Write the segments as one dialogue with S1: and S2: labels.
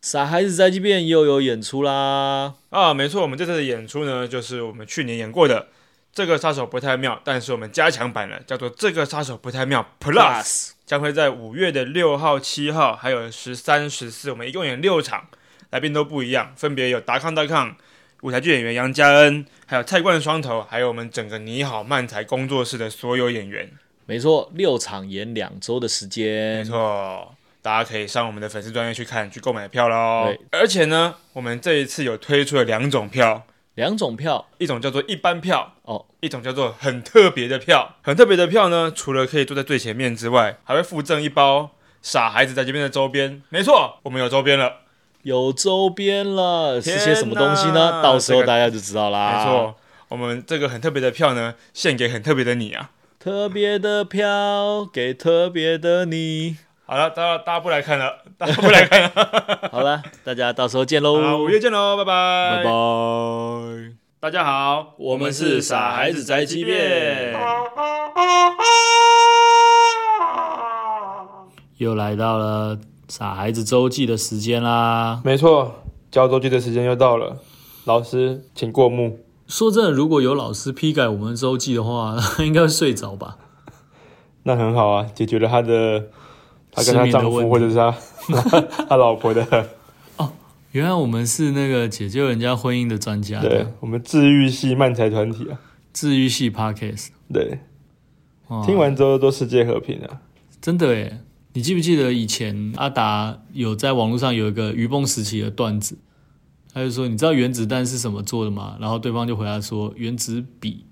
S1: 傻孩子宅急便又有演出啦！
S2: 啊，没错，我们这次的演出呢，就是我们去年演过的《这个杀手不太妙》，但是我们加强版了，叫做《这个杀手不太妙 Plus》，将会在五月的六号、七号，还有十三、十四，我们一共演六场，来宾都不一样，分别有达康、达康、舞台剧演员杨佳恩，还有蔡冠双头，还有我们整个你好漫才工作室的所有演员。
S1: 没错，六场演两周的时
S2: 没
S1: 间，
S2: 错，大家可以上我们的粉丝专页去看，去购买票喽
S1: 对。
S2: 而且呢，我们这一次有推出了两种票，
S1: 两种票
S2: 一种叫做一般票，
S1: 哦，
S2: 一种叫做很特别的票。很特别的票呢，除了可以坐在最前面之外，还会附赠一包傻孩子在这边的周边。没错，我们有周边了，
S1: 有周边了，是
S2: 天
S1: 些什么东西呢？
S2: 哪
S1: 到时候
S2: 这个
S1: 大家就知道啦。
S2: 没错。我们这个很特别的票呢，献给很特别的你啊！
S1: 特别的票给特别的你。
S2: 好了，大家大家不来看了，大家不来看了。
S1: 好 了，大家到时候见
S2: 好，
S1: 喽
S2: 五，月见喽，拜拜。
S1: 拜拜。
S2: 大家好，
S1: 我们是傻孩子宅急便又来到了傻孩子周记的时间啦。
S2: 没错，交周记的时间又到了，老师请过目。
S1: 说真的，如果有老师批改我们周记的话， 应该会睡着吧？
S2: 那很好啊，解决了他的，他跟
S1: 失
S2: 他
S1: 眠的
S2: 丈
S1: 问
S2: 夫
S1: 题
S2: 或者是他他 老 婆的，
S1: 原来我们是那个解救人家婚姻的专家，
S2: 对我们治愈系漫才团体啊，
S1: 治愈系 podcast。
S2: 对，
S1: 哇
S2: 听完之后都世界和平啊，
S1: 真的耶！你记不记得以前阿达有在网络上有一个愚崩时期的段子，他就说：“你知道原子弹是什么做的吗？”然后对方就回答说：“原子笔。”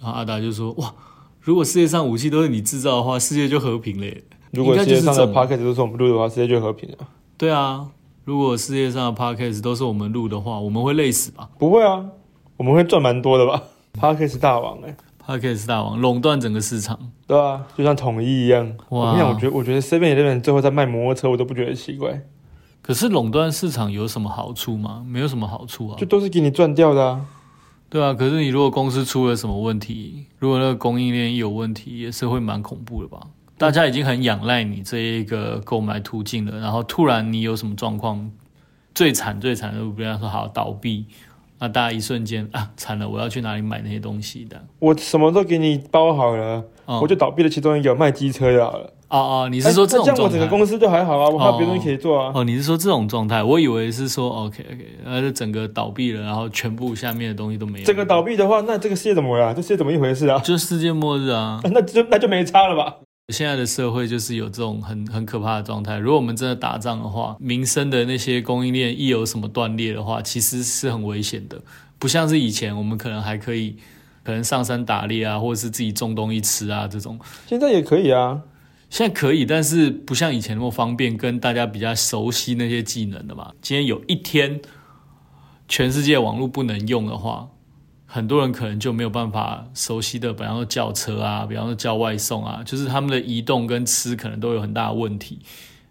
S1: 然后阿达就说：“哇，如果世界上武器都是你制造的话，世界就和平了耶。
S2: 如果
S1: 应该
S2: 世
S1: 就是
S2: 界
S1: 这
S2: 上的
S1: 种
S2: p o c k e t 都是我们录的话，世界就和平了、”
S1: 对啊，如果世界上的 podcast 都是我们录的话，我们会累死吧
S2: 不会啊，我们会赚蛮多的吧
S1: 嗯
S2: p o c k e t 大王哎、
S1: ？podcast 大王垄断整个市场，
S2: 对啊，就像统一一样。我
S1: 哇
S2: 跟你讲，我觉得我觉得 Seven Eleven 最后在卖摩托车，我都不觉得奇怪，
S1: 可是垄断市场有什么好处吗？没有什么好处啊
S2: 就。都是给你赚掉的啊。
S1: 对啊，可是你如果公司出了什么问题，如果那个供应链一有问题，也是会蛮恐怖的吧？大家已经很仰赖你这一个购买途径了，然后突然你有什么状况，最惨最惨的，比方说好倒闭，那大家一瞬间啊惨了，我要去哪里买那些东西的？
S2: 我什么都给你包好了，
S1: 嗯
S2: 我就倒闭了其中一个卖机车的好了。
S1: 哦哦，你是说
S2: 哎
S1: 这种
S2: 那这样我
S1: 状
S2: 整个
S1: 态？
S2: 公司就还好啊，我还有别的东西
S1: 哦
S2: 可以做啊。
S1: 哦，你是说这种状态？我以为是说 OK OK，那就整个倒闭了，然后全部下面的东西都没有，
S2: 整个倒闭的话，那这个世界怎么了？这世界怎么一回事啊？
S1: 就世界末日啊！
S2: 那就那就没差了吧？
S1: 现在的社会就是有这种很很可怕的状态。如果我们真的打仗的话，民生的那些供应链一有什么断裂的话，其实是很危险的。不像是以前，我们可能还可以，可能上山打猎啊，或者是自己种东西吃啊这种。
S2: 现在也可以啊，
S1: 现在可以，但是不像以前那么方便，跟大家比较熟悉那些技能的嘛。今天有一天，全世界网络不能用的话，很多人可能就没有办法熟悉的，比方说叫车啊，比方说叫外送啊，就是他们的移动跟吃可能都有很大的问题。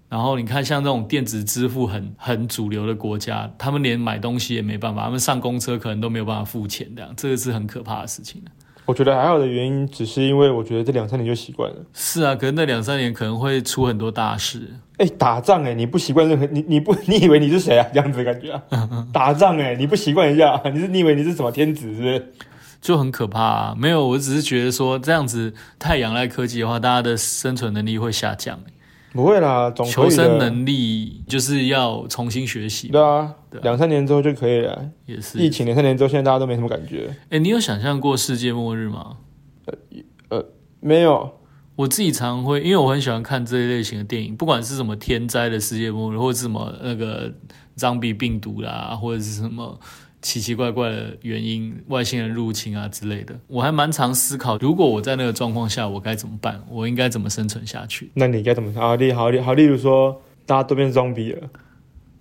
S1: 然后你看，像这种电子支付很很主流的国家，他们连买东西也没办法，他们上公车可能都没有办法付钱，这样这个是很可怕的事情。
S2: 我觉得还好的原因，只是因为我觉得这两三年就习惯了。
S1: 是啊，可是那两三年可能会出很多大事。
S2: 哎，打仗哎、你不习惯任何你你不你以为你是谁啊？这样子的感觉 啊，打仗哎、你不习惯一下，你是你以为你是什么天子是不是？
S1: 就很可怕、啊。没有，我只是觉得说这样子太仰赖科技的话，大家的生存能力会下降、
S2: 不会啦，总可
S1: 求
S2: 以
S1: 生
S2: 的。
S1: 能力就是要重新学习
S2: 对，啊
S1: 对，啊
S2: 两三年之后就可以了。
S1: 也是。
S2: 疫情两三年之后，现在大家都没什么感觉。
S1: 哎、你有想象过世界末日吗？
S2: 没有，
S1: 我自己常会，因为我很喜欢看这一类型的电影，不管是什么天灾的世界末日，或者是什么那个脏比病毒啦，或者是什么奇奇怪怪的原因，外星人入侵啊之类的，我还蛮常思考，如果我在那个状况下，我该怎么办？我应该怎么生存下去？
S2: 那你该怎么啊？例好例好，例如说大家都变 zombie 了，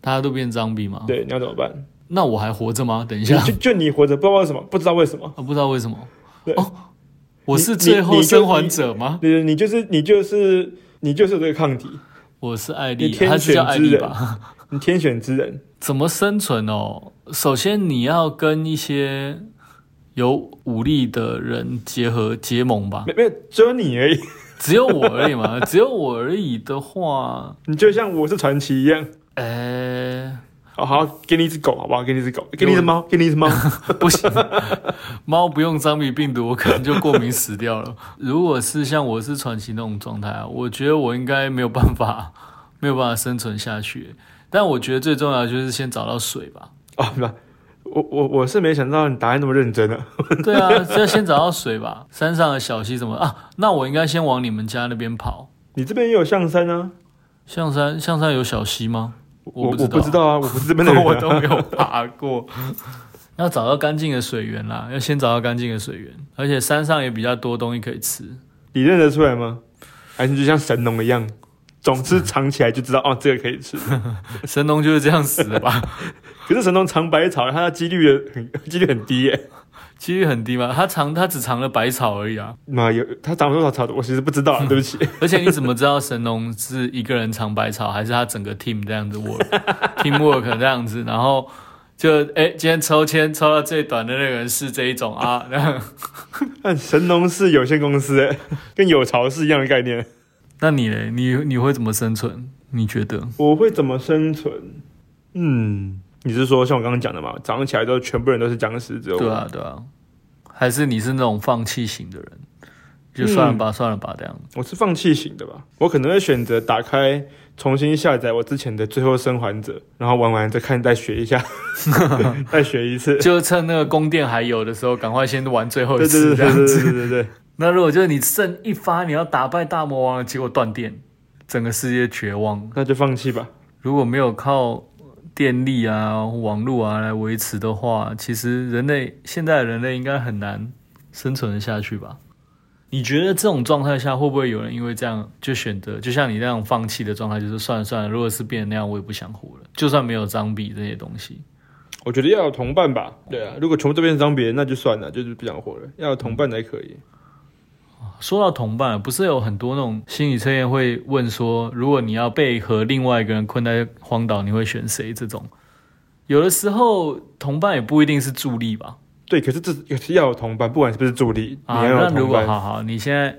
S1: 大家都变脏比吗？
S2: 对，你要怎么办？
S1: 那我还活着吗？等一
S2: 就
S1: 下，
S2: 就就你活着，不知道为什么，不知道为什么，
S1: 啊、不知道为什么
S2: 对。
S1: 哦，我是
S2: 你
S1: 最
S2: 你
S1: 后
S2: 你就
S1: 生还者吗？
S2: 你你就是你就是你就是有这个抗体，
S1: 我是艾
S2: 你
S1: 丽，
S2: 天
S1: 她是叫
S2: 选
S1: 艾
S2: 之
S1: 丽
S2: 人
S1: 吧？
S2: 你天选之人。
S1: 怎么生存哦？首先你要跟一些有武力的人结合结盟吧。
S2: 没没有，只有你而已。
S1: 只有我而已嘛，只有我而已的话，
S2: 你就像我是传奇一样，
S1: 呃，
S2: 哦，好，给你一只狗，好不好？给你一只狗，给你一只猫，给你一 只猫。
S1: 不行，猫不用脏米病毒，我可能就过敏死掉了。 如果是像我是传奇那种状态啊，我觉得我应该没有办法， 没有办法生存下去。但我觉得最重要的就是先找到水吧。
S2: 哦，不，我我我是没想到你答案那么认真啊。
S1: 对啊， 要先找到水吧，山上的小溪什么啊？那我应该先往你们家那边跑。
S2: 你这边也有象山啊？
S1: 象山，象山有小溪吗？
S2: 我
S1: 不知道
S2: 不知道啊，我不是这边的人啊、
S1: 我都没有爬过。 要找到干净的水源啦，要先找到干净的水源，而且山上也比较多东西可以吃。
S2: 你认得出来吗？还是就像神农一样，总之尝起来就知道哦，这个可以吃。
S1: 神农就是这样死的吧？
S2: 可是神农尝百草，它的几率很几率很低耶。
S1: 几率很低嘛，他尝他只尝了百草而已啊。
S2: 妈有它长了多少草，我其实不知道 啊，对不起。
S1: 而且你怎么知道神农是一个人尝百草，还是他整个 team 这样子 work，team work 这样子？然后就哎、今天抽签抽到最短的那个人是这一种啊， 然后
S2: 但神农氏有限公司 耶跟有巢是一样的概念。
S1: 那你嘞？你你会怎么生存？你觉得？
S2: 我会怎么生存？嗯，你是说像我刚刚讲的嘛？早上起来之后，全部人都是僵尸，只有我
S1: 对啊，对啊，还是你是那种放弃型的人？就算了吧，
S2: 嗯
S1: 算了吧，这样。
S2: 我是放弃型的吧？我可能会选择打开重新下载我之前的《最后生还者》，然后玩完再看，再学一 下， 再学一次。
S1: 就趁那个宫殿还有的时候，赶快先玩最后一
S2: 对
S1: 次
S2: 对对
S1: 这样
S2: 对
S1: 子。
S2: 对对对 对，
S1: 那如果就是你剩一发，你要打败大魔王了，结果断电，整个世界绝望。
S2: 那就放弃吧。
S1: 如果没有靠电力啊、网络啊来维持的话，其实人类现在的人类应该很难生存得下去吧？你觉得这种状态下，会不会有人因为这样就选择，就像你那样放弃的状态，就是算了算了，如果是变成那样，我也不想活了。就算没有脏笔这些东西，
S2: 我觉得要有同伴吧。对啊，如果全部都变成脏别人，那就算了，就是不想活了。要有同伴才可以。
S1: 说到同伴，不是有很多那种心理测验会问说，如果你要被和另外一个人困在荒岛，你会选谁？这种有的时候同伴也不一定是助力吧。
S2: 对，可是这可是要有同伴，不管是不是助力，你
S1: 啊，
S2: 要有
S1: 那如
S2: 同
S1: 果
S2: 伴。
S1: 好好，你现在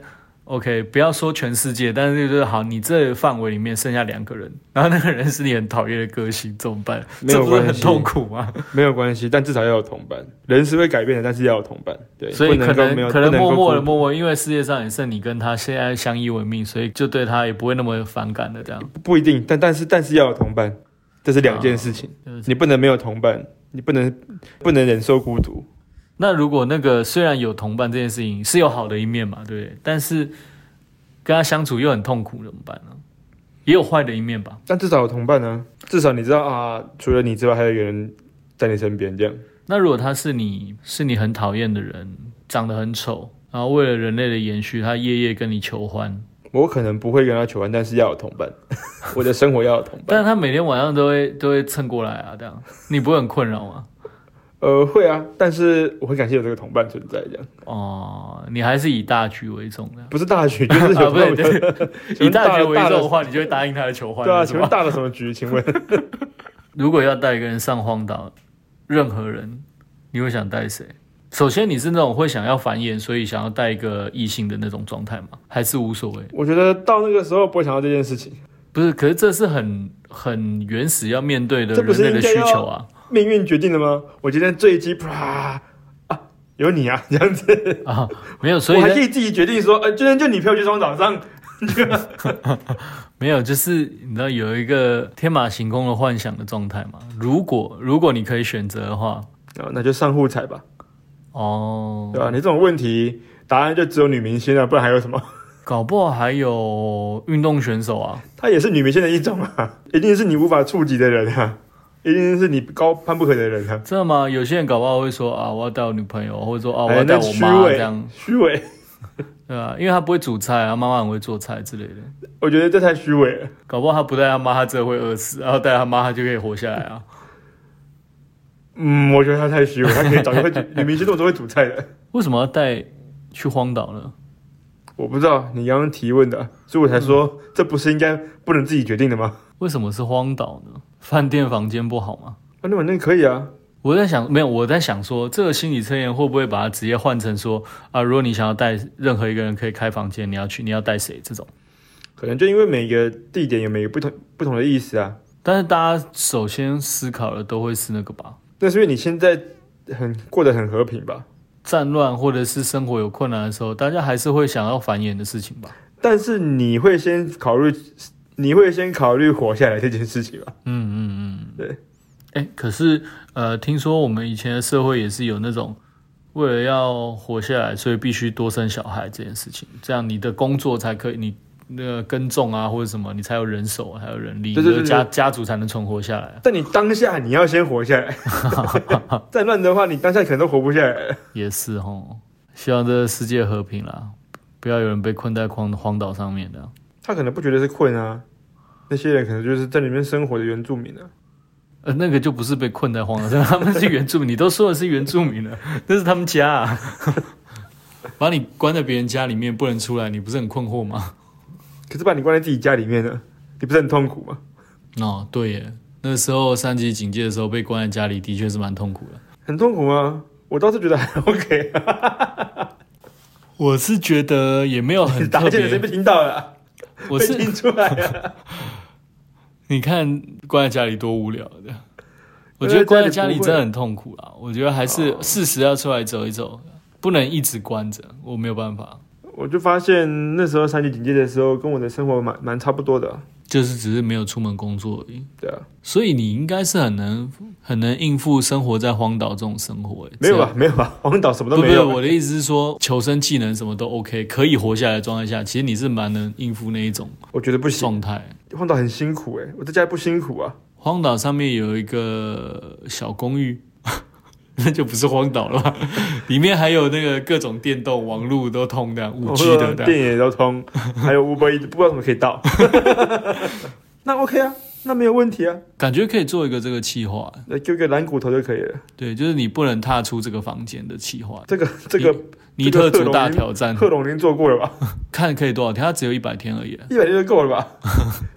S1: OK，不要说全世界，但是就是好，你这范围里面剩下两个人，然后那个人是你很讨厌的个性，怎么办？
S2: 没有
S1: 这不是很
S2: 关系
S1: 痛苦吗？
S2: 没有关系，但至少要有同伴。人是会改变的，但是要有同伴。对，
S1: 所以
S2: 不
S1: 可
S2: 能够没
S1: 能
S2: 有，
S1: 可能
S2: 不能够
S1: 默默的
S2: 孤
S1: 默默，因为世界上也剩你跟他现在相依为命，所以就对他也不会那么反感的这样。
S2: 不一定，但但是但是要有同伴，这是两
S1: 啊
S2: 件事情。
S1: 就是
S2: 你不能没有同伴，你不能不能忍受孤独。
S1: 那如果那个虽然有同伴这件事情是有好的一面嘛，对不对？但是跟他相处又很痛苦，怎么办呢？也有坏的一面吧。
S2: 但至少有同伴呢、至少你知道啊，除了你之外还有一个人在你身边，这样
S1: 那如果他是你是你很讨厌的人，长得很丑，然后为了人类的延续，他夜夜跟你求欢，
S2: 我可能不会跟他求婚，但是要有同伴， 我的生活要有同
S1: 但
S2: 伴。
S1: 是他每天晚上都会都会蹭过来啊，这样你不会很困扰 吗？
S2: 呃，会啊，但是我很感谢有这个同伴存在，这样
S1: 哦，你还是以大局为重的。
S2: 不是大局 就是有
S1: 啊不是
S2: 同伴。
S1: 以大局
S2: 局
S1: 为重的，话， 你就会答应他的求欢，
S2: 对啊，
S1: 是吧
S2: 请问大了什么局？请问
S1: 如果要带一个人上荒岛，任何人，你会想带谁？首先，你是那种会想要繁衍，所以想要带一个异性的那种状态吗？还是无所谓？
S2: 我觉得到那个时候不会想到这件事情，
S1: 不是，可是这是很很原始要面对的
S2: 这
S1: 人
S2: 不是
S1: 类的需求啊
S2: 命运决定了吗？我今天坠机，啪啊，有你啊，这样子。
S1: 啊，没有，所以
S2: 我还
S1: 呢
S2: 可以自己决定说，呃，今天就你陪我去双岛上。
S1: 没有，就是你知道有一个天马行空的幻想的状态嘛。如果如果你可以选择的话，
S2: 啊，那就上互彩吧，
S1: 哦
S2: 对，吧、啊你这种问题答案就只有女明星啊了，不然还有什么？
S1: 搞不好还有运动选手啊，
S2: 她也是女明星的一种啊，一定是你无法触及的人啊，一定是你高攀不可的人啊。
S1: 真的吗？有些人搞不好会说啊，我要带我女朋友，或者说啊，我
S2: 哎
S1: 要带
S2: 那
S1: 我
S2: 虚
S1: 妈这
S2: 伪
S1: 样，，
S2: 虚伪，
S1: 对啊，因为他不会煮菜啊，妈妈很会做菜之类的。
S2: 我觉得这太虚伪了。
S1: 搞不好他不带他妈，他真的会饿死；然后带他妈，他就可以活下来啊。
S2: 嗯，我觉得她太虚伪，她可以找一个会煮 女明星，这么多会煮菜的。
S1: 为什么要带去荒岛呢？
S2: 我不知道你刚刚提问的，所以我才说、这不是应该不能自己决定的吗？
S1: 为什么是荒岛呢？饭店房间不好吗？
S2: 啊，那反正可以啊，
S1: 我在想，没有，我在想说，这个心理测验会不会把它直接换成说啊，如果你想要带任何一个人可以开房间，你要去，你要带谁这种？
S2: 可能就因为每个地点有每个不同不同的意思啊。
S1: 但是大家首先思考的都会是那个吧，
S2: 那是因为你现在很过得很和平吧？
S1: 战乱或者是生活有困难的时候，大家还是会想要繁衍的事情吧。
S2: 但是你会先考虑，你会先考虑活下来这件事情吧？
S1: 嗯嗯嗯，
S2: 对。
S1: 哎，可是呃，听说我们以前的社会也是有那种为了要活下来，所以必须多生小孩这件事情，这样你的工作才可以，你那个耕种啊或者什么，你才有人手，还有人力，
S2: 对对
S1: 你
S2: 对
S1: 的家家族才能存活下来。
S2: 但你当下你要先活下来，再乱的话，你当下可能都活不下来了。
S1: 也是哦，希望这个世界和平啦，不要有人被困在荒荒岛上面的。
S2: 他可能不觉得是困啊，那些人可能就是在里面生活的原住民啊。
S1: 呃，那个就不是被困在荒岛上，他们是原住民。你都说的是原住民了， 那是他们家、啊， 把你关在别人家里面不能出来，你不是很困惑吗？
S2: 可是把你关在自己家里面呢，你不是很痛苦吗？
S1: 哦，对耶，那时候三级警戒的时候被关在家里，的确是蛮痛苦的。
S2: 很痛苦吗？我倒是觉 得还 OK 啊，
S1: 我是觉得也没有很
S2: 打
S1: 特
S2: 架的谁被
S1: 别，
S2: 听到了、
S1: 我
S2: 被
S1: 是
S2: 听出来啊 了、
S1: 你看关在家里多无聊的，我
S2: 关在
S1: 觉得关在
S2: 家
S1: 家
S2: 里
S1: 里
S2: 不会哦
S1: 真的很痛苦啦。我觉得还是适时要出来走一走，不能一直关着，我没有办法。
S2: 我就发现那时候三级警戒的时候，跟我的生活蛮蛮差不多的啊。
S1: 就是只是没有出门工作而已，
S2: 对啊，
S1: 所以你应该是很能很能应付生活在荒岛这种生活、欸。
S2: 没有
S1: 这样？
S2: 吧？没有吧？荒岛什么
S1: 不不
S2: 都没
S1: 是，
S2: 有啊、
S1: 我的意思是说，求生技能什么都 OK，可以活下来的状态下，其实你是蛮能应付那一种
S2: 我觉得不行，
S1: 状态。
S2: 荒岛很辛苦哎、我在家不辛苦啊。
S1: 荒岛上面有一个小公寓， 那就不是荒岛了 吧？里面还有那个各种电动、网路都通的，五
S2: 我
S1: G 的
S2: 说
S1: 这样。
S2: 电影也都通，还有 Uber Eats，不知道怎么可以 到。那 OK 啊，那没有问题啊，
S1: 感觉可以做一个这个企划，
S2: 那就个蓝骨头就可以了。
S1: 对，就是你不能踏出这个房间的企划。
S2: 这个这个
S1: 尼特族大挑战，
S2: 贺龙林做过了 吧？
S1: 看可以多少天？它只有一百天而已。
S2: 一百天就够了吧？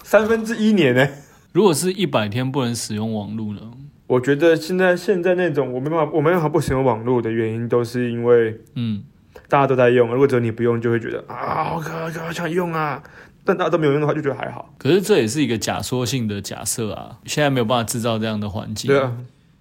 S2: 三分之一年呢、
S1: 如果是一百天不能使用网路呢？
S2: 我觉得现在现在那种我没办法，我没办法不使用网络的原因，都是因为
S1: 嗯，
S2: 大家都在用，如果只有你不用，就会觉得啊，好可爱，好想用啊。但大家都没有用的话，就觉得还好。
S1: 可是这也是一个假说性的假设啊，现在没有办法制造这样的环境。
S2: 对啊，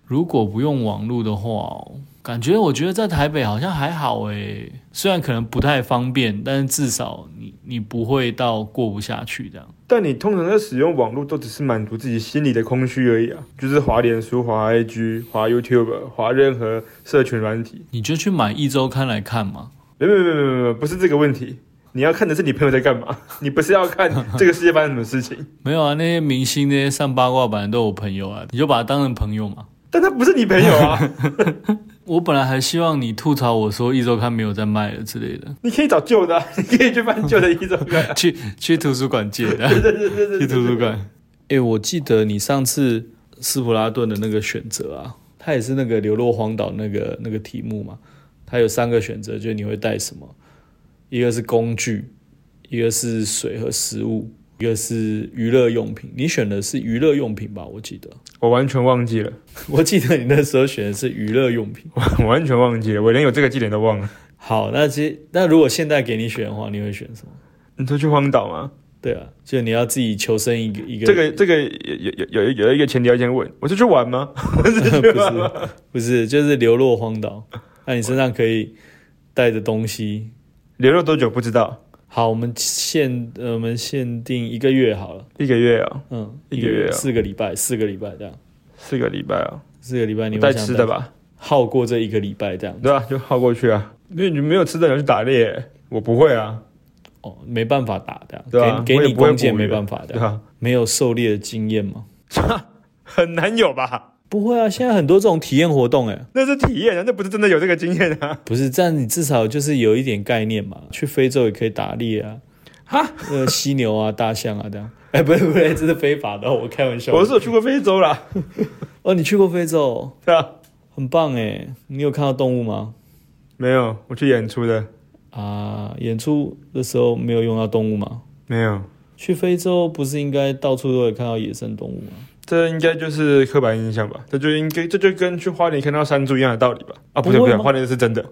S1: 如果不用网络的话哦，感觉我觉得在台北好像还好诶，虽然可能不太方便，但是至少你你不会到过不下去这样。
S2: 但你通常在使用网络，都只是满足自己心里的空虚而已啊，就是滑脸书、滑 IG、滑 YouTube、滑任何社群软体。
S1: 你就去买一周刊来看嘛。
S2: 没没没没没没，不是这个问题。你要看的是你朋友在干嘛，你不是要看这个世界发生什么事情。
S1: 没有啊，那些明星那些上八卦版都有朋友啊，你就把他当成朋友嘛。
S2: 但他不是你朋友啊，
S1: 我本来还希望你吐槽我说一周刊没有在卖了之类的，
S2: 你可以找旧的啊、你可以去翻旧的一种看。
S1: 去去图书馆借的，去 图书馆。哎、我记得你上次斯普拉顿的那个选择啊，它也是那个流落荒岛那个那个题目嘛，它有三个选择，就是你会带什么，一个是工具，一个是水和食物，一个是娱乐用品。你选的是娱乐用品吧？我记得，
S2: 我完全忘记了，
S1: 我记得你那时候选的是娱乐用品。
S2: 我完全忘记了，我连有这个技能都忘了。
S1: 好，那其实那如果现在给你选的话，你会选什么？
S2: 你说去荒岛吗？
S1: 对啊，就你要自己求生一个一个
S2: 这个这个有有有有一个前提要先问，我是去玩吗？我是去
S1: 不
S2: 玩吗？
S1: 是不是，就是流落荒岛。那、你身上可以带的东西，
S2: 联络多久不知道，
S1: 好，我们限呃我们限定一个月好了，
S2: 一个月啊、
S1: 嗯，
S2: 一个月啊
S1: 四个礼拜，四个礼拜这样，
S2: 四个礼拜啊、
S1: 四个礼拜你
S2: 我
S1: 会
S2: 带
S1: 想
S2: 吃的？吧，
S1: 耗过这一个礼拜这样
S2: 对吧、就耗过去啊。因为你没有吃的，你要去打猎，我不会啊，
S1: 哦，没办法打的、
S2: 对啊
S1: 给
S2: 我
S1: 给
S2: 也
S1: 你
S2: 不会
S1: 弓箭
S2: 捕鱼
S1: 没办法
S2: 对
S1: 的、
S2: 啊吧、
S1: 没有狩猎的经验吗？
S2: 很难有吧？
S1: 不会啊，现在很多这种体验活动、欸，哎，
S2: 那是体验啊，那不是真的有这个经验啊。
S1: 不是这样，你至少就是有一点概念嘛。去非洲也可以打猎啊，
S2: 哈，
S1: 呃，犀牛 啊、大象啊这样。哎、不是不是，这是非法的，我开玩笑的。
S2: 我是有去过非洲啦，
S1: 哦，你去过非洲，
S2: 对吧、
S1: 很棒哎！你有看到动物吗？
S2: 没有，我去演出的，
S1: 啊，演出的时候没有用到动物吗？
S2: 没有。
S1: 去非洲不是应该到处都可以看到野生动物吗？
S2: 这应该就是刻板印象吧？这就应该这就跟去花莲看到山猪一样的道理吧？啊，不
S1: 不
S2: 对不
S1: 会
S2: 对，
S1: 吗
S2: 花莲是真的。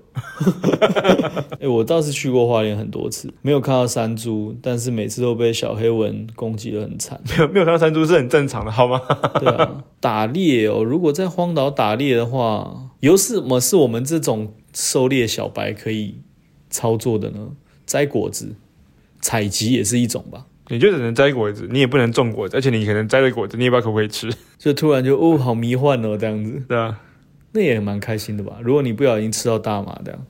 S1: 哎、我倒是去过花莲很多次，没有看到山猪，但是每次都被小黑蚊攻击的很惨。
S2: 没有没有看到山猪是很正常的，好吗？
S1: 对啊，打猎哦，如果在荒岛打猎的话，有什么是我们这种狩猎小白可以操作的呢？摘果子、采集也是一种吧。
S2: 你就只能摘果子，你也不能种果子，而且你可能摘的果子，你也不知道可不可以吃，
S1: 就突然就哦，好迷幻哦，这样子，
S2: 对啊，
S1: 那也蛮开心的吧？如果你不小心吃到大麻这样，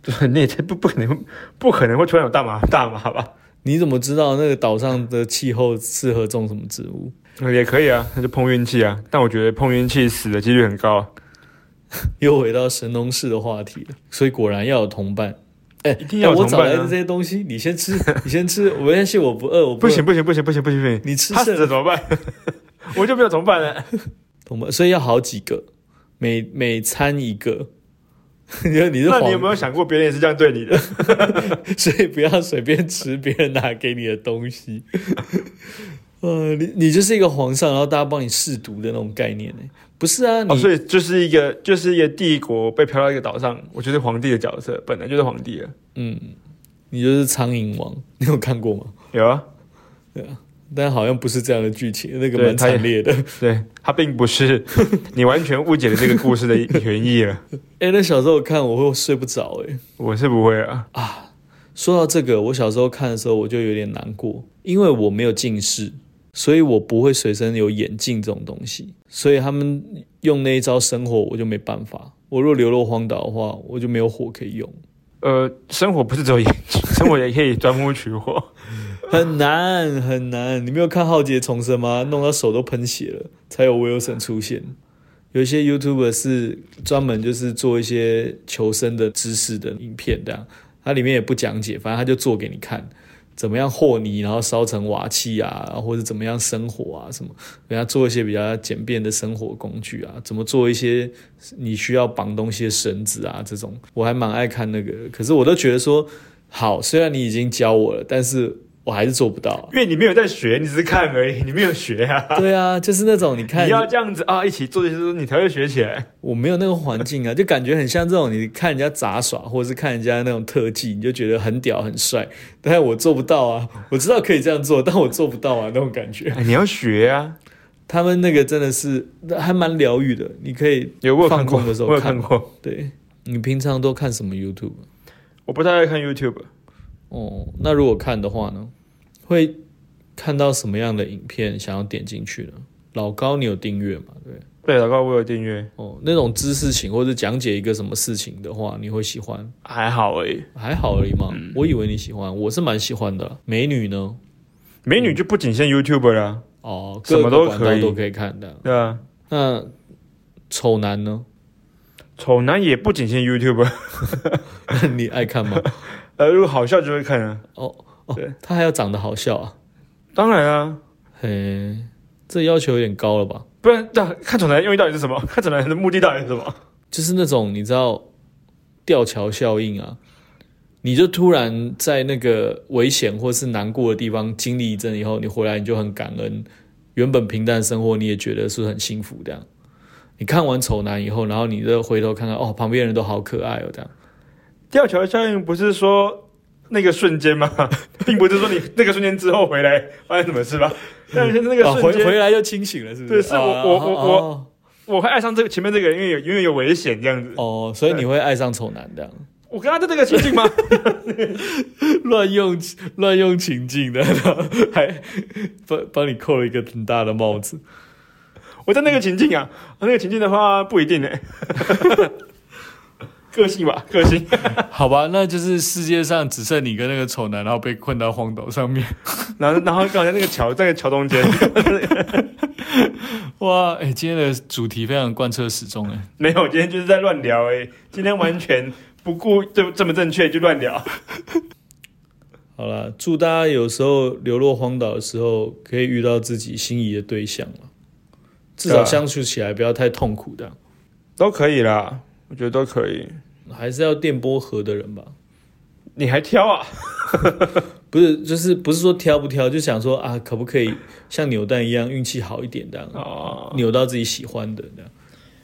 S2: 对，你也不不可能不可能会突然有大麻 大麻吧？
S1: 你怎么知道那个岛上的气候适合种什么植物？
S2: 也可以啊，那就碰运气啊。但我觉得碰运气死的几率很高、啊，
S1: 又回到神农氏的话题了，所以果然要有同伴。哎、
S2: 一定要
S1: 哎
S2: 有
S1: 我
S2: 同伴
S1: 找
S2: 啊
S1: 来的这些东西，你先吃，你先吃，我没关系，我不饿，我
S2: 不
S1: 饿
S2: 行，不行不行不行不行不行，
S1: 你吃
S2: 他死
S1: 剩
S2: 了怎么办？ 我就没有怎么办呢？
S1: 同伴，所以要好几个，每每餐一个。 你说你是
S2: 那
S1: 黄，
S2: 你有没有想过别人也是这样对你的？
S1: 所以不要随便吃别人拿给你的东西。 呃，你你就是一个皇上，然后大家帮你试毒的那种概念呢？不是啊，你、
S2: 哦，所以就是一个就是一个帝国被飘到一个岛上，我就是皇帝的角色，本来就是皇帝了。
S1: 嗯，你就是苍蝇王，你有看过吗？
S2: 有啊，
S1: 但好像不是这样的剧情，那个
S2: 对
S1: 蛮
S2: 他也
S1: 惨烈的。
S2: 对，他并不 是你完全误解了这个故事的原意了。
S1: 哎、那小时候看我会睡不着哎、
S2: 我是不会啊，
S1: 说到这个，我小时候看的时候我就有点难过，因为我没有近视，所以我不会随身有眼镜这种东西，所以他们用那一招生火，我就没办法。我若流落荒岛的话，我就没有火可以用，
S2: 呃，生活不是只有眼睛，生活也可以钻木取火。
S1: 很难很难。你没有看《浩劫重生》吗？弄到手都喷血了，才有 Wilson 出现。有一些 YouTuber 是专门就是做一些求生的知识的影片，这样，它里面也不讲解，反正他就做给你看，怎么样和泥，然后烧成瓦器啊，或者怎么样生火啊，什么，人家做一些比较简便的生火工具啊，怎么做一些你需要绑东西的绳子啊，这种，我还蛮爱看那个，可是我都觉得说，好，虽然你已经教我了，但是我还是做不到啊、
S2: 因为你没有在学，你只是看而已，你没有学啊。
S1: 对啊，就是那种你看
S2: 你要这样子啊，一起做这些东西，你才会学起 来。
S1: 我没有那个环境啊，就 感觉很像这种，你看人家杂耍，或者是看人家那种特技，你就觉得很屌很帅，但是我做不到啊。我知道可以这样做，但我做不到啊，那种感觉。
S2: 哎你要学啊！
S1: 他们那个真的是还蛮疗愈的，你可以
S2: 有我有看过，
S1: 放空的时候
S2: 我有
S1: 看
S2: 看过。
S1: 对你平常都看什么 YouTube？
S2: 我不太爱看 YouTube，
S1: 哦，那如果看的话呢，会看到什么样的影片想要点进去呢？老高，你有订阅吗？对，
S2: 对，老高我有订阅，
S1: 哦，那种知识型或者讲解一个什么事情的话，你会喜欢？
S2: 还好而已。
S1: 还好而已嘛。
S2: 嗯
S1: 我以为你喜欢，我是蛮喜欢的啦。美女呢？
S2: 美女就不仅限 YouTube 啦，
S1: 哦，
S2: 什么
S1: 各
S2: 都
S1: 个
S2: 可以
S1: 管道都可以看的。
S2: 对啊。
S1: 那丑男 呢？
S2: 丑男也不仅限 YouTube，
S1: 你爱看吗？
S2: 呃，如果好笑就会看啊。
S1: 哦哦
S2: 对，
S1: 他还要长得好笑啊？
S2: 当然啊，
S1: 嘿，这要求有点高了吧？
S2: 不然那看丑男的用意到底是什么？ 看丑男的目的到底是什么？
S1: 就是那种你知道吊桥效应啊，你就突然在那个危险或是难过的地方经历一阵以后，你回来你就很感恩，原本平淡的生活你也觉得是很幸福这样。你看完丑男以后，然后你再回头看看，哦，旁边人都好可爱哦，这样。
S2: 吊桥效应不是说那个瞬间吗？ 并不是说你那个瞬间之后回来发生什么事吧？但是那个
S1: 哦，回
S2: 瞬间，
S1: 回来就清醒了，是不是？
S2: 对是我
S1: 哦
S2: 我我
S1: 哦
S2: 我会爱上这个前面这个人，因为有因为有危险这样子。
S1: 哦，所以你会爱上丑男这样，
S2: 我跟他在这个情境 吗？
S1: 乱用乱用情境的，然后还帮帮你扣了一个很大的帽子。
S2: 我在那个情境啊，那个情境的话不一 定呢、个性吧，个性。
S1: 好吧，那就是世界上只剩你跟那个丑男，然后被困到荒岛上面。
S2: 然后然后刚才那个桥在桥中间，
S1: 哇，哎、今天的主题非常贯彻始终哎。
S2: 没有，今天就是在乱聊哎、今天完全不顾 这这么正确就乱聊。
S1: 好啦，祝大家有时候流落荒岛的时候，可以遇到自己心仪的对象了，至
S2: 对
S1: 少
S2: 啊
S1: 相处起来不要太痛苦的，
S2: 都可以啦，我觉得都可以。
S1: 还是要电波合的人吧。
S2: 你还挑啊？
S1: 不是就是不是说挑不挑，就想说啊，可不可以像扭蛋一样运气好一点这样，
S2: 哦，
S1: 扭到自己喜欢的这样。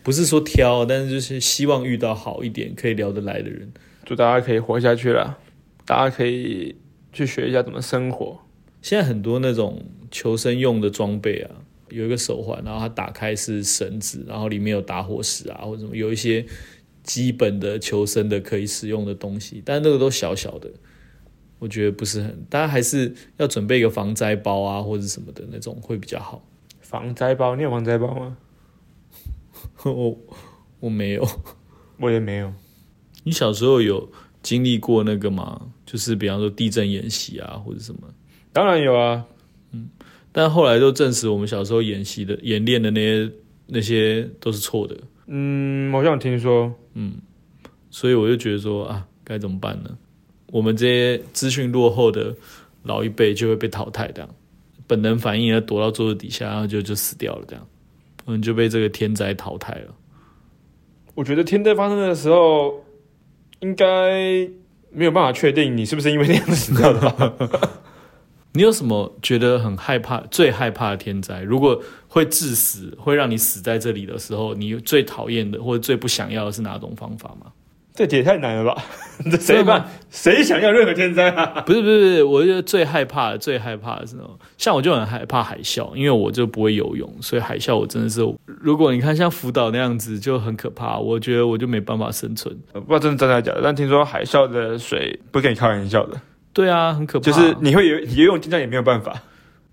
S1: 不是说挑，但是就是希望遇到好一点、可以聊得来的人。
S2: 祝大家可以活下去了，大家可以去学一下怎么生活。
S1: 现在很多那种求生用的装备啊，有一个手环，然后它打开是绳子，然后里面有打火石啊，或者什么，有一些基本的求生的可以使用的东西，但那个都小小的，我觉得不是很，大家还是要准备一个防灾包啊，或者什么的那种会比较好。
S2: 防灾包，你有防灾包吗？
S1: 我我没有，
S2: 我也没有。
S1: 你小时候有经历过那个吗？就是比方说地震演习啊，或者什么？
S2: 当然有啊，
S1: 但后来都证实，我们小时候演习的、演练的那些那些都是错的，
S2: 嗯，我好像有听说，
S1: 所以我就觉得说啊，该怎么办呢？我们这些资讯落后的老一辈就会被淘汰，这样本能反应要躲到桌子底下，然后就就死掉了，这样我们就被这个天灾淘汰了。
S2: 我觉得天灾发生的时候，应该没有办法确定你是不是因为那样子死掉的吧。
S1: 你有什么觉得很害怕、最害怕的天灾？如果会致死，会让你死在这里的时候，你最讨厌的或者最不想要的是哪种方法吗？
S2: 这也太难了 吧？这谁
S1: 真的
S2: 办？谁想要任何天灾啊？
S1: 不是不是，不是，我觉得最害怕的、最害怕的是那种，像我就很害怕海啸，因为我就不会游泳，所以海啸我真的是，如果你看像福岛那样子就很可怕，我觉得我就没办法生存。
S2: 呃不知道真的真的假的，但听说海啸的水不跟你开玩笑的，
S1: 对啊，很可怕。
S2: 就是你会游游泳，进站也没有办法。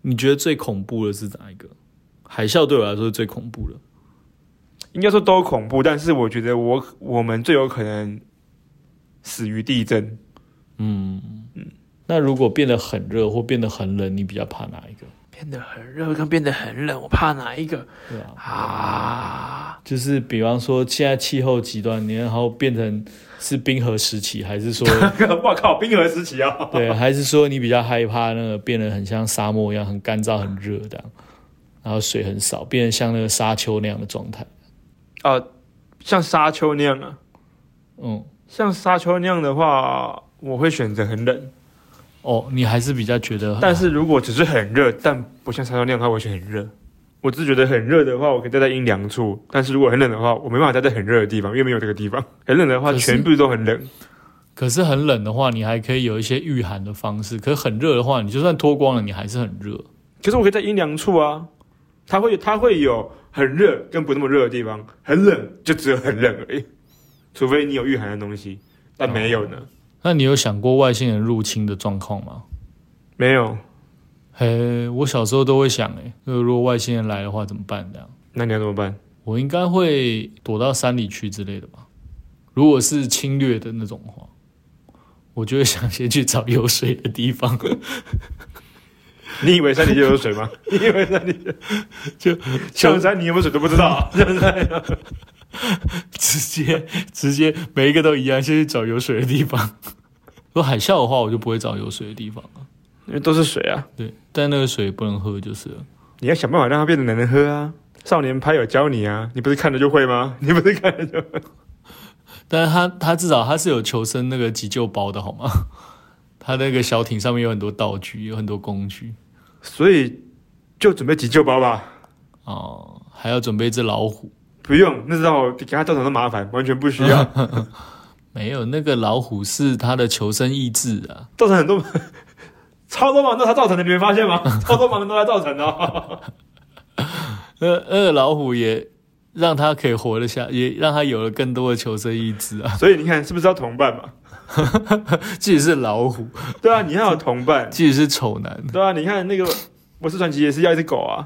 S1: 你觉得最恐怖的是哪一个？海啸对我来说是最恐怖的。
S2: 应该说都恐怖，但是我觉得我我们最有可能死于地震。
S1: 那如果变得很热或变得很冷，你比较怕哪一个？
S2: 变得很呃热跟变得很冷，我怕哪一个
S1: 对啊，
S2: 啊？
S1: 就是比方说现在气候极端，你然后变成是冰河时期，还是说
S2: 我靠，冰河时期啊！
S1: 对，还是说你比较害怕那个变得很像沙漠一样，很干燥、很热这样，然后水很少，变得像那个沙丘那样的状态？
S2: 啊，像沙丘那样啊，
S1: 嗯，
S2: 像沙丘那样的话，我会选择很冷。
S1: 哦，你还是比较觉得，
S2: 但是如果只是很热，但不像沙丘那样的话，我会选很热。我只是觉得很热的话，我可以待在阴凉处；但是如果很冷的话，我没办法待在很热的地方，因为没有这个地方。很冷的话，
S1: 可是
S2: 全部都很冷。
S1: 可是很冷的话，你还可以有一些御寒的方式；可是很热的话，你就算脱光了，你还是很热。
S2: 可是我可以在阴凉处啊，它会它会有很热跟不那么热的地方，很冷就只有很冷而已。除非你有御寒的东西，但没有呢，
S1: 那你有想过外星人入侵的状况吗？
S2: 没有。
S1: 嘿，我小时候都会想、欸，诶，如果外星人来的话怎么办？这样，
S2: 那你要怎么办？
S1: 我应该会躲到山里去之类的吧。如果是侵略的那种的话，我就会想先去找有水的地方，
S2: 你以为山里就有水吗？ 你以为山里
S1: 就
S2: 象山你有没有水都不知道、啊？
S1: 直接直接每一个都一样，先去找有水的地方。 如果海啸的话，我就不会找有水的地方了。
S2: 因为都是水啊，
S1: 对，但那个水不能喝就是了。
S2: 你要想办法让它变得能喝啊。少年派有教你啊，你不是看了就会吗？ 你不是看了就会？
S1: 但是他他至少他是有求生那个急救包的好吗？ 他那个小艇上面有很多道具，有很多工具
S2: 所以就准备急救包吧，
S1: 哦，还要准备一只老虎。
S2: 不用，那时候给它造成的麻烦完全不需 要，
S1: 没有，那个老虎是它的求生意志啊。
S2: 造成很多超多麻烦都是它造成的，你没发现 吗？超多麻烦都是它造成的哦、
S1: 那那个老虎也让它可以活得下，也让它有了更多的求生意志啊。
S2: 所以你看是不是要同伴嘛？
S1: 即使是老虎，
S2: 对啊，你要有同伴，
S1: 即使是丑男，
S2: 对啊，你看那个《我是传奇》也是要一只狗啊，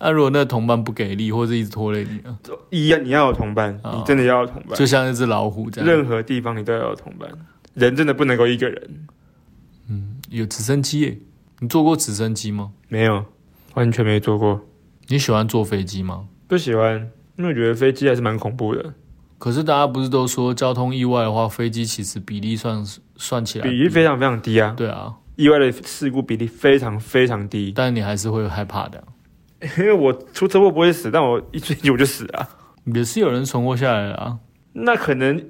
S1: 那、如果那个同伴不给力，或者一直拖累你啊，
S2: 一样你要有同伴，
S1: 哦
S2: 你真的要有同伴，
S1: 就像那只老虎这样。
S2: 任何地方你都要有同伴，人真的不能够一个人。
S1: 有直升机耶，你坐过直升机吗？
S2: 没有，完全没坐过，
S1: 你喜欢坐飞机吗？
S2: 不喜欢，因为我觉得飞机还是蛮恐怖的，
S1: 可是大家不是都说交通意外的话，飞机其实比例算算起来
S2: 比例非常非常低啊，
S1: 啊对啊，
S2: 意外的事故比例非常非常低。
S1: 但你还是会害怕的啊、
S2: 因为我出车祸不会死，但我一坠机我就死啊，
S1: 也是有人存活下来了啊。
S2: 那可能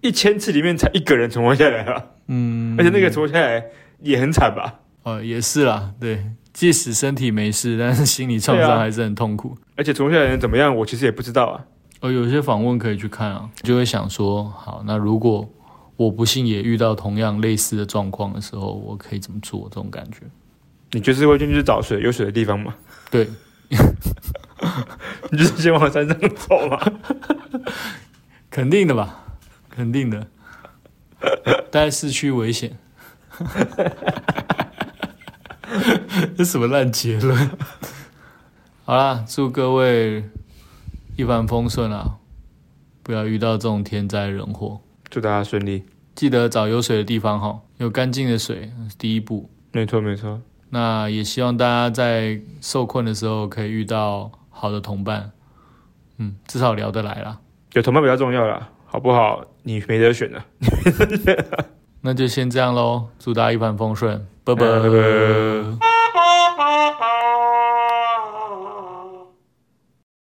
S2: 一千次里面才一个人存活下来啊，
S1: 嗯，
S2: 而且那个存活下来也很惨吧？
S1: 呃，也是啦，对，即使身体没事，但是心理创伤
S2: 对啊
S1: 还是很痛苦。
S2: 而且从下来的人怎么样，我其实也不知道啊。
S1: 呃，有些访问可以去看啊，就会想说，好，那如果我不幸也遇到同样类似的状况的时候，我可以怎么做？这种感觉，
S2: 你就是会进去找水有水的地方嘛？
S1: 对，
S2: 你就是先往山上走嘛？
S1: 肯定的吧，肯定的， 待市区危险。 这什么烂结论？ 好啦，祝各位一帆风顺啊！不要遇到这种天灾人祸，
S2: 祝大家顺利。
S1: 记得找有水的地方哈，有干净的水是第一步。
S2: 没错，没错。
S1: 那也希望大家在受困的时候可以遇到好的同伴，嗯，至少聊得来啦。
S2: 有同伴比较重要啦，好不好？你没得选啊的、
S1: 那就先这样喽，祝大家一帆风顺，拜拜。
S2: 拜拜